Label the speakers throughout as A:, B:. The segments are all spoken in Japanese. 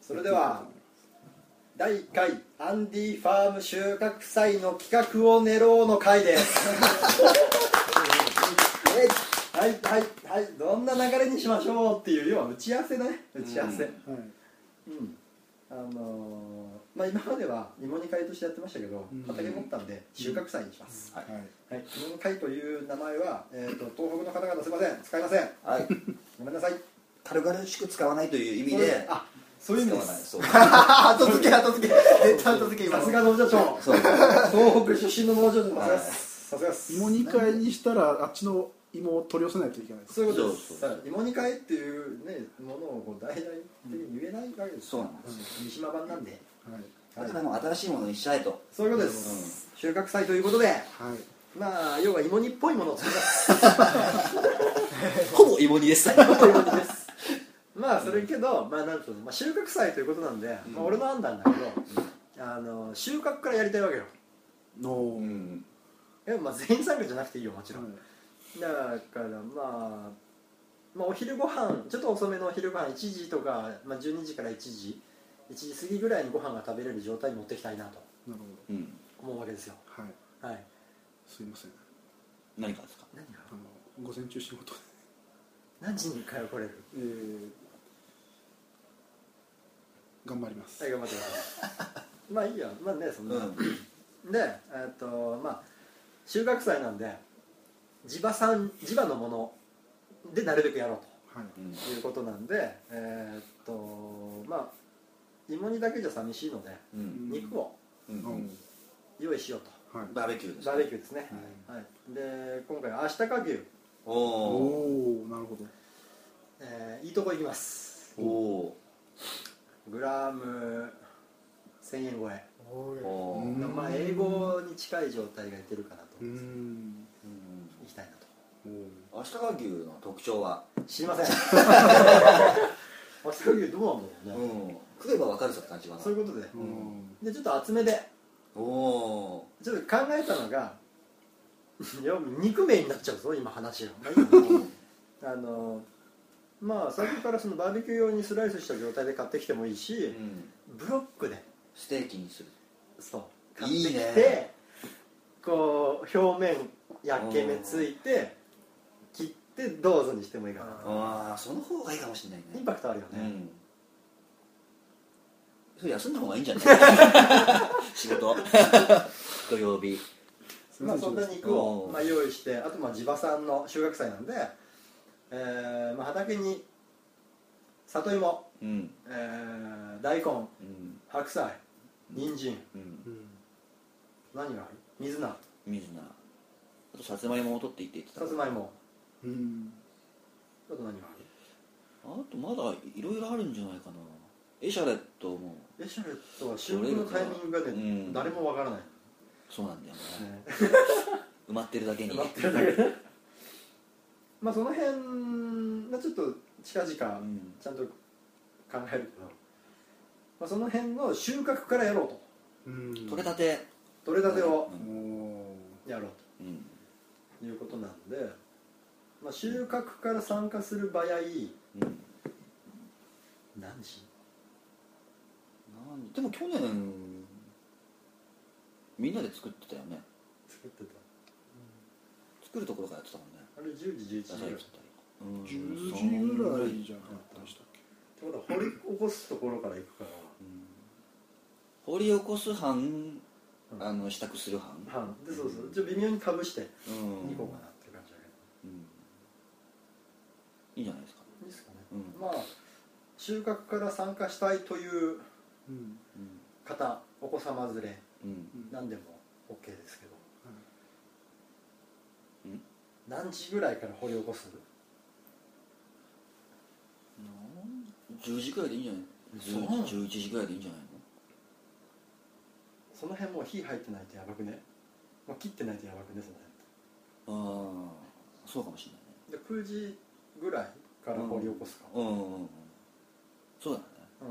A: それでは第1回アンディファーム収穫祭の企画を練ろうの回です えはいはいはいどんな流れにしましょうっていう要は打ち合わせだね打ち合わせうん、
B: はい
A: あのーまあ今までは芋煮会としてやってましたけど
B: うん
A: 畑持ったんで収穫祭にします、
B: はい
A: はい、芋煮会という名前は、えー、と東北の方々すいません使いません
C: はい
A: ごめんなさい
C: 軽々しく使わないという意
A: そ
C: 味
A: ういう
C: で
A: あそういう意味です
C: 使わない
B: 後付け後付け絶対後付け今
A: さ
B: の
A: すが農場長
C: そうそう
A: 東北出身の農場長さすがですさすがです
B: 芋煮会にしたらあっちの芋を取り寄せないといけないです
A: そういうことです
C: そうそうそう
A: さあ芋煮会っていうねものをこう大々的に言えないわけです
C: そうなんです
A: す三島版なんで、
B: はい
C: だからもう新しいものにしちゃえと
A: そういうことです、収穫祭ということで
B: はい
A: まあ要は芋煮っぽいものを作ります
C: ほぼ芋煮です
A: ということ ですまあそれけど、まあなんと、まあ、収穫祭ということなんで、まあ、俺の判断だけど、あの収穫からやりたいわけよ
B: の
C: うん
A: でもまあ全員参加じゃなくていいよもちろん、
B: はい
A: だからまあまあお昼ご飯ちょっと遅めのお昼ご飯1時とか、まあ、12時から1時1時過ぎぐらいにご飯が食べれる状態に持ってきたいなと
B: なるほ
C: うん
A: 思うわけですよ
B: どはい
A: はい
B: すいません
C: 何かですか
A: 何が
B: あの午前中仕事で
A: 何時に帰来れる
B: えー頑張ります
A: はい頑張ってください まあいいやまあねそん
C: う
A: な、
C: ん
A: でえっとまあ収穫祭なんで地場産地場のものでなるべくやろうと
B: はい
C: うん
A: いうことなんでえーっとまあ芋煮だけじゃ寂しいので
C: うん
A: 肉を
C: うん
B: う
C: うんん
A: 用意しようと
B: はい
C: バーベキューです
A: バーベキューですね、
B: う
A: はい、で今回は明日か牛、
C: お
B: お
C: お
B: おなるほど
A: えーいいとこ行きます
C: おお
A: グラム1000円超え、
C: ーお
B: う
C: ー
B: ん
A: まあ英語に近い状態がいけるかなと
B: うー
A: 思って
B: ん
C: うん
A: いきたいなと
B: おー
C: 明日川牛の特徴は
A: 知りません 明日か牛どうなんだ
C: う
A: ろうね、
C: ん食えばわかるさって感じかな
A: そういうことで
B: う
C: うん
A: でちょっと厚めで
C: おお
A: ちょっと考えたのがいや肉名になっちゃうぞ今話 が、まあいいよあのまあ最初からそのバーベキュー用にスライスした状態で買ってきてもいいし、
C: ーうん
A: ブロックで
C: ステーキにする
A: そう買って
C: い
A: き
C: い
A: て
C: ね
A: こう表面焼け目ついて切ってどうぞにしてもいいかな
C: ああその方がいいかもしれない
A: イン
C: ね
A: パクトあるよ
C: う
A: ね、
C: んそれ休んだ方がいいんじゃ ない仕事土曜日
A: まあ、そんな肉を
C: う、ん
A: まあ、用意してあとまあ地場産の収穫祭なんで、えーまあ、畑に里芋、
C: うん
A: えー大根
C: うん
A: 白菜人参
C: うん
B: うん
A: 何がある水菜
C: 水菜あとさつまいもを取っていって言ってた
A: さつまいも
B: うん
A: あと何がある
C: あとまだいろいろあるんじゃないかなエシャレットも
A: エシャレットは収穫のタイミングがね、
C: うん
A: 誰もわからない、
C: そうなんだよね
A: ね
C: 埋まってるだけに
A: 待ってるだけでまあその辺まあちょっと近々ちゃ
C: うんん
A: と考えるけど、まあ、その辺の収穫からやろうと
B: うん
C: 取れたて
A: 取れたてを
B: おお
A: やろう
C: うん
A: ということなんで、まあ、収穫から参加する場合
C: うん
A: 何時
C: なんでも去年みんなで作ってたよね
A: 作ってた
C: 作るところからやってたもんね
A: あれ10時11時
C: 野
A: ぐら
C: 菜
A: い
B: 10時ぐらい
C: 切ったりうん
B: じゃなかったでしたっ
A: ほら掘り起こすところから行くから
C: うん掘り起こす班
A: うん
C: あの支度する班
A: はいでそうそうちょっと微妙にかぶして
C: うん
A: いこうかなっていう感じだけど
C: うんいいんじゃないですか
A: いいですかね
C: うん
A: まあ収穫から参加したいという
B: けうん
C: うん
A: 方お子様連れ
C: うん
B: うん
A: 何でも OK ですけど、
C: うん
A: 何時ぐらいから掘り起こす
C: なん10時くらいでいいんじゃない
A: そう
C: 10 11時くらいでいいんじゃないの
A: その辺もう火入ってないとやばくねもう切ってないとやばくねその
C: ああそうかもし
A: 辺で9時ぐらいから掘り起こすか
C: れないねうんうんうんそうだね
A: うん、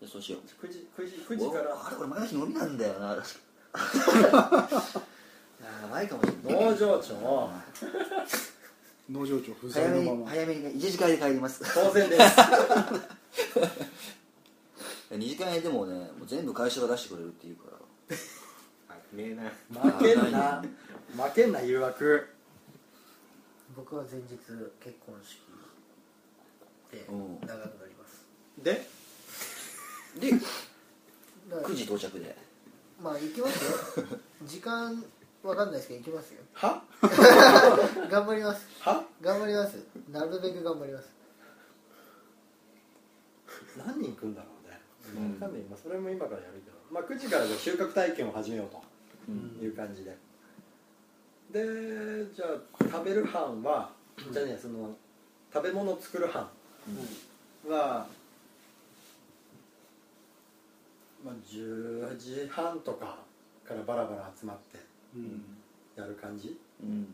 C: じゃあそうしよう
A: 9時9時9時か
C: お
A: ら
C: あれ俺毎日飲みなんだよ なやばいかもしれない
A: 農場長
B: 農場長不在
C: 早
B: の
C: め
B: ま
C: に
B: ま
C: 早めにね1時間で帰ります
A: 当然です
C: 二次会でもねもう全部会社が出してくれるっていうから
D: あねえな
A: 負けんな負けんな誘惑
E: 僕は前日結婚式で
C: うん
E: 長くなります
A: で
C: で
E: だから
C: 9時到着で
E: まあ行きますよ 時間わかんないですけど行きますよ
A: は
E: 頑張ります
A: は
E: 頑張りますなるべく頑張ります
A: 何人来るんだろうね、わかんない今それも今からやるけど、まあ、9時からじゃあ収穫体験を始めようという感じで、でじゃあ食べる班はじゃあねその食べ物作る班は、まあ、10時半とかからバラバラ集まって
B: うん
A: やる感じ
C: うん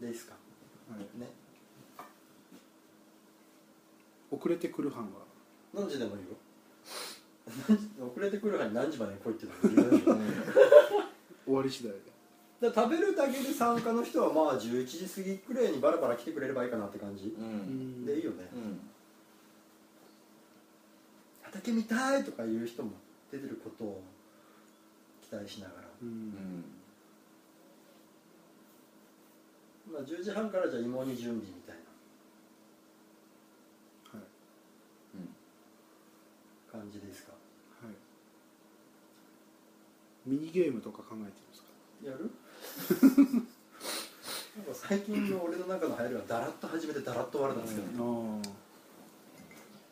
A: でいいですか
B: はい
A: ね
B: 遅れてくる班は
A: 何時でもいいよ 何時遅れてくる班に何時までに来いって言うのも
B: 終わり次第で
A: だから食べるだけで参加の人はまあ11時過ぎくらいにバラバラ来てくれればいいかなって感じ
C: う、ん
A: でいいよね、
C: うん
A: 畑見たいとかいう人も出てることを期待しながら、
B: う
C: うんん
A: まあ、10時半からじゃあ芋煮準備みたいな
B: はい
C: うん
A: 感じでいいですか
B: はいミニゲームとか考えてるんですか
A: やる なんか最近の俺の中の流行りはだらっと始めてだらっと終わるなんですけど、
B: あ
C: う
B: あ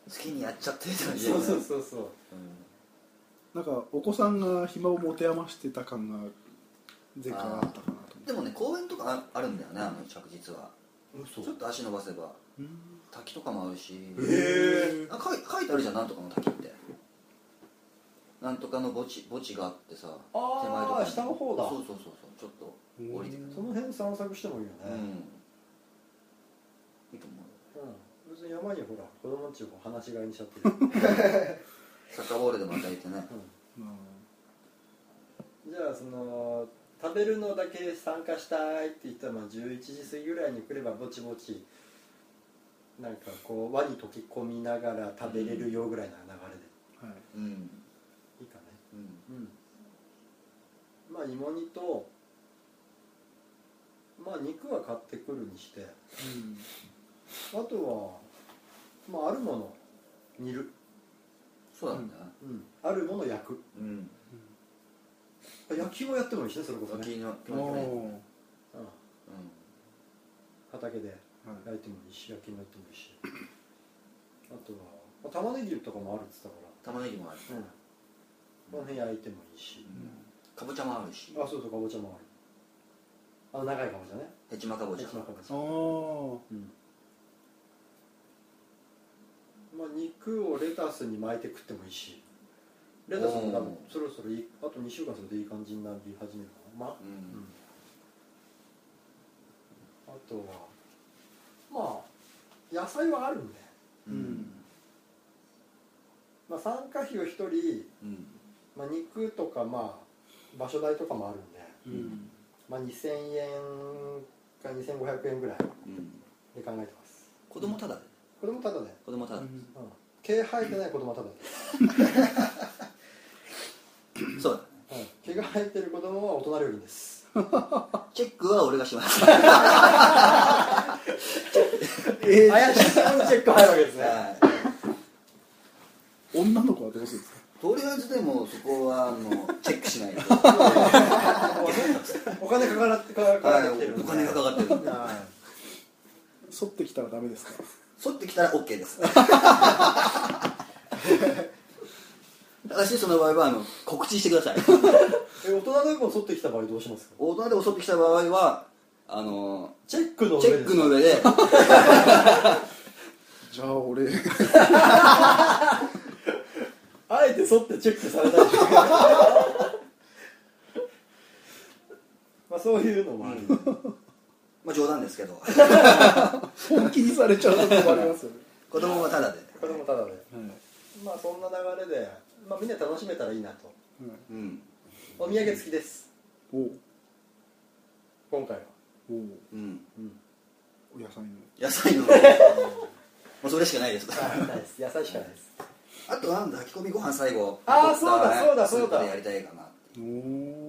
C: 好きにやっちゃってって感じだ
A: そ
C: よ
A: う
C: ね
A: そうそうそう
C: うん
B: なんかお子さんが暇を持て余してた感が前回はあったかなと思って
C: でもね公園とかああるんだよねあの着実は
A: 嘘
C: ちょっと足伸ばせば
B: うん
C: 滝とかもあるし
A: え
C: あ書い書いてあるじゃんなんとかの滝ってなんとかの墓地墓地があってさ
A: あー
C: に
A: 下の方だ
C: そうそうそうそうちょっと降りてくる
A: その辺散策してもいいよね、
C: うんいいと思うよ
A: うん、別に山にほら子供んちを放し飼いにしちゃ ってる、うん
C: サッカーボールでも与えて
B: あ
C: ね
A: じゃあその食べるのだけ参加したいって言ったらまあ11時過ぎぐらいに来ればぼちぼちなんかこう輪に溶け込みながら食べれるよぐらいな流れで
B: ーはい
C: うん
A: いいかね
C: うん
A: うんまあ芋煮とまあ肉は買ってくるにしてあとはまああるもの煮る、
C: そうなんだね
A: うん、あるもの焼く
C: うん
A: 焼き芋やってもいいしねそれこそ
C: ガ
A: ね
C: キの
B: うん
C: の
B: お
C: ね
B: ー
A: うん
C: うん
A: 畑で
B: はい
A: 焼いてもいいし焼きになってもいいしあとは、まあ、玉ねぎとかもあるって言って
C: 玉ねぎもある
A: たから、うん、この辺焼いてもいいし、
C: かぼちゃもある
A: あ
C: し
A: そうそうかぼちゃもあるあの長いかぼちゃね
C: ヘチマかぼちゃ
A: ヘチマかぼち
B: あ
A: ゃ
B: ー
A: うんまあ、肉をレタスに巻いて食ってもいいしレタスも多分
C: おー
A: そろそろいいあと2週間するといい感じになり始めるかな、まあ
C: う
A: うんんあとはまあ野菜はあるんで、
C: うん
A: まあ、参加費を1人、
C: うん
A: まあ、肉とかまあ場所代とかもあるんで、
B: うん
A: まあ、2000円か2500円ぐらい
C: うん
A: で考えてます
C: 子供ただで
A: 子供ただで、
C: 子供ただで
A: うん、毛生えてない子供はただ
C: そうだ
A: で、うん、毛が生えてる子供は大人料理です
C: チェックは俺がします。
A: 怪しい人にチェック入るわけですね
B: 女の子はどうするんですか
C: とりあえずでもそこはあのチェックしないと。
A: お金かからってかからってきてるん
C: お
A: で
C: 金がかかってるんで。
A: はい
B: 剃ってきたらダメですか
C: 剃ってきたら OK です。ただしその場合はあの告知してください。
A: え大人でも剃ってきた場合どうしますか
C: 大人で襲ってきた場合はあの
A: チェックの
C: チェックの
A: 上
C: 上で
B: じゃあ俺
A: あえて剃ってチェックされな いでしょまあそういうのもある、
C: まあ冗談ですけど
B: 本気にされちゃうと困りますよね
C: 子供はただで。
A: これもただで
B: はい
A: まあそんな流れで、まあ、みんな楽しめたらいいなと
B: はい
C: うん
A: お土産付きです
B: おー
A: 今回は
B: おー
C: うん
B: お野菜の
C: 野菜のもうそれしかないです。
A: あないです野菜しかないです
C: あとなんだ炊き込みご飯最後
A: あーそうだ
C: 残
A: そう
C: った
A: だそうだ
C: スープでやりたいかな
B: お
C: お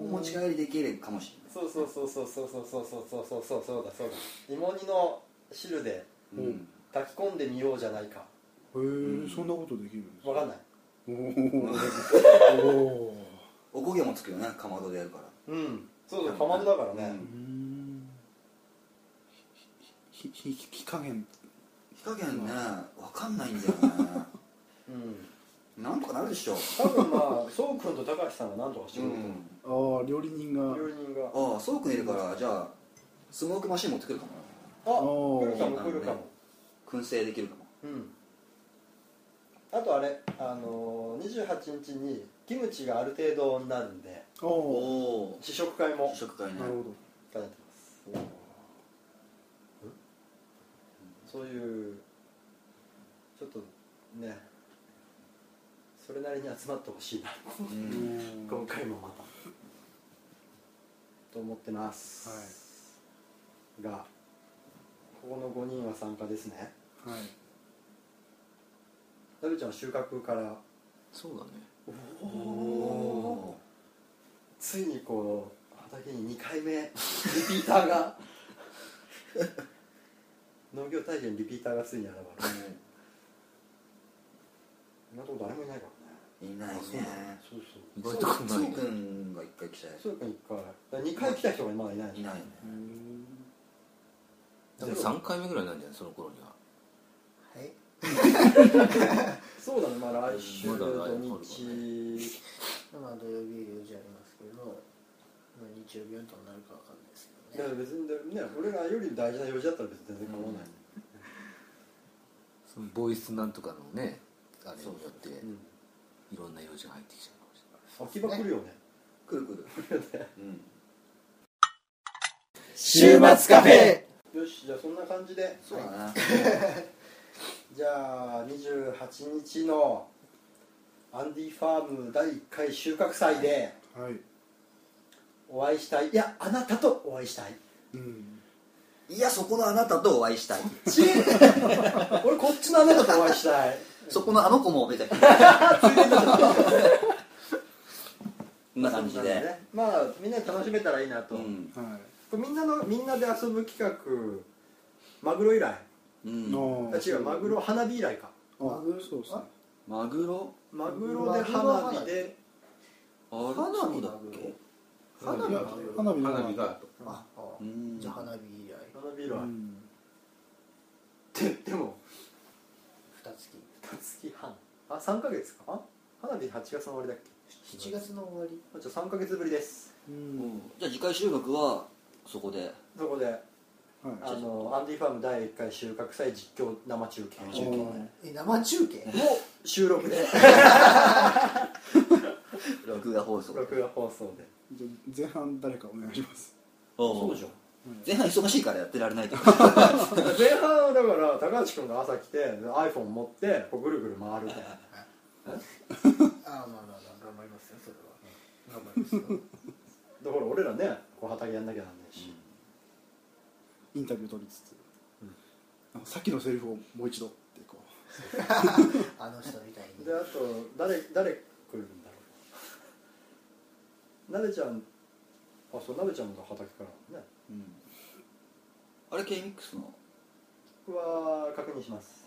B: ー
C: 持ち帰りできるかもし
A: そうそうそうそうそうそうそうそうそうそうそうだそうだ芋煮の汁で
C: れない、うん
A: 炊き込んでみようじゃないか
B: へえそんなことできるんです
A: わかんない
B: おーおー
C: おこげもつくよねかまどでやるから
A: うんそうそうかまどだからね
B: う
C: う
B: ーんひひひ火加減
C: 火加減ねわかんないんだよね
A: うん、
C: なんとかなるでしょ
A: 多分まあそうくんと高橋さんが何とかして
C: う
A: くれる
C: ん
B: ああ料理人が
A: と料理人が
C: ああそうくんいるからじゃあスモークマシン持ってくるかも
A: あ
B: おー
A: 来るかも来るかも
C: な燻製できるかも
A: うんあとあれあのー、28日にキムチがある程度になるんで
B: おお
C: お
A: 試食会も
C: 試食会ね
B: なるほど
A: いただいてますそういうちょっとねそれなりに集まってほしいな
C: う
B: うんん
A: 今回もまたと思ってます、がここの5人は参加ですね
B: はい
A: ダブちゃんは収穫から
C: そうだね
A: お
C: お
A: ついにこう畑に2回目リピーターが 農業体験リピーターがついに現れる今のところ誰もいないからね
C: いないね
A: そうそう
C: 意外と来ないそうくんが一回来ちゃ
A: そうくん1回だから2回来た人がまだいない
C: えいないね
B: うーん
A: でも
F: 3回目ぐらいなんじゃないその頃には
E: はい
A: そうだねまあ来週
F: まだ来
A: 土
F: 来
A: 日
E: まあ土曜日4時ありますけど、まあ、日曜日はどうなるかわかんないですけ
A: いや
E: どね
A: 別にね俺らより大事な用事だったら別に全然構わない、
F: そのボイスなんとかのねあれによって
A: うん
F: いろんな用事が入ってきちゃうかもしれない
A: 秋葉来るよね
C: 来る来るうん
A: 週末カフェよしじゃあそんな感じで
C: そうだね
A: じゃあ28日のアンディファーム第1回収穫祭で
B: はい
A: お会いしたいいやあなたとお会いしたい
B: うん
C: いやそこのあなたとお会いしたい
A: ち 俺こっちのあなたとお会いしたい
C: そこのあの子もみたいなこんな感じ
A: そんな
C: で
A: ねまあみんなで楽しめたらいいなと、
C: うん
B: は
A: これみんなのみんなで遊ぶ企画マグロ以来
C: う
B: い
C: ん
A: あ違うマグロ花火以来か
B: あ
E: マグロ
B: そうですね
C: マグロ
A: マグロで花火で
C: あれ
E: 花火
C: そうだっけ
E: 花火
B: いや
E: マグロ
B: 花火じゃない
D: 花火がと
E: ああ
C: うん
E: じゃあ花火以来
A: 花火以来、
B: うん
A: ででも
E: 二月
A: 2月半あ三3か月か花火8月の終わりだっけ
E: 7月の終わり
A: あじゃあ3か月ぶりです
B: う
C: うんんじゃあ次回収録はそこで
A: そこで
B: はい
A: あのアンディファーム第1回収穫祭実況生中継
C: 中継ね
E: え生中継
A: もう収録で
C: 録画放送
A: 録画放送で
B: じゃあ前半誰かお願いします
C: おう
A: ょ
C: 前半忙しいからやってられないけど
A: 前半はだから高橋君が朝来て iPhone 持ってこうぐるぐる回るみたいな
E: ああまあまあまあ頑張りますよそれは頑張りますよ
A: だから俺らねこう畑やんなきゃなんないし、
B: インタビュー取りつつあのさっきのセリフをもう一度ってこ
E: あの人みたいに
A: であと誰誰来るんだろうなべちゃんあそうなべちゃんも畑からね
C: うんあれ K-MIX の
A: 僕は確認します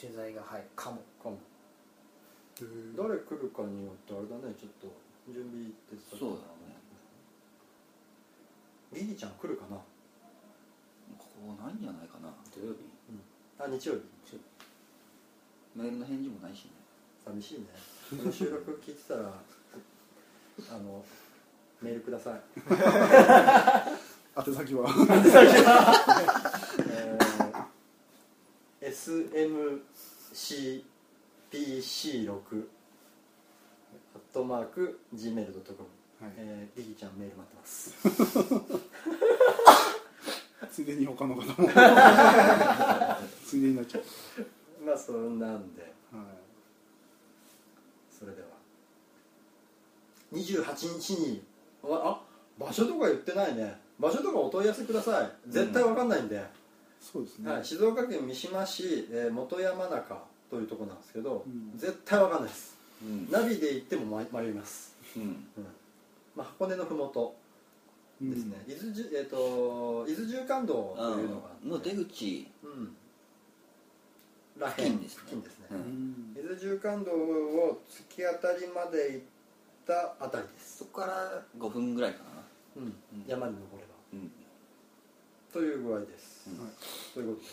E: 取材が入るかも
A: かも
B: うへー
A: 誰来るかによってあれだねちょっと準備手伝って
C: そうだね
A: ギギちゃん来るかな
C: ここないんじゃないかな
D: 土曜日
A: あ日曜日
C: メールの返事もないしね
A: 寂しいねこの収録聞いてたら あのメールください、
B: 宛先は
A: えー、SMCPC6 アットマーク Gmail.com
B: はい
A: えー、ビギちゃんメール待ってます
B: ついでに他の方も ついでになっちゃう
A: まあそんなんで
B: はい
A: それでは28日にああ場所とか言ってないね場所とかお問い合わせください絶対わかんないんで、
B: そうですね、
A: はい、静岡県三島市、えー元山中というところなんですけど、
B: うん
A: 絶対わかんないです
C: うん
A: ナビで行っても迷迷います、
C: うん
A: うんまあ、箱根のふもと
B: うん
A: ですね、伊豆じゅえっ、と伊豆縦貫道
C: あ
A: というのがあって
C: ーの出口
A: うんらへん
C: 付近ですね
A: 付近ですね、
C: うん
B: うん
A: 伊豆縦貫道を突き当たりまで行ったあたりです、
C: そこから5分ぐらいかな
A: うん、山に登れば
C: うん
A: という具合です、
B: はい
A: ということで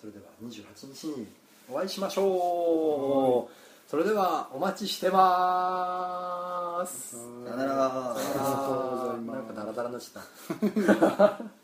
A: それでは28日にお会いしましょうそれではお待ちしてます
C: さよなら
A: あ
B: ありがとうござ
A: な
B: います
A: んかダラダラになっちゃった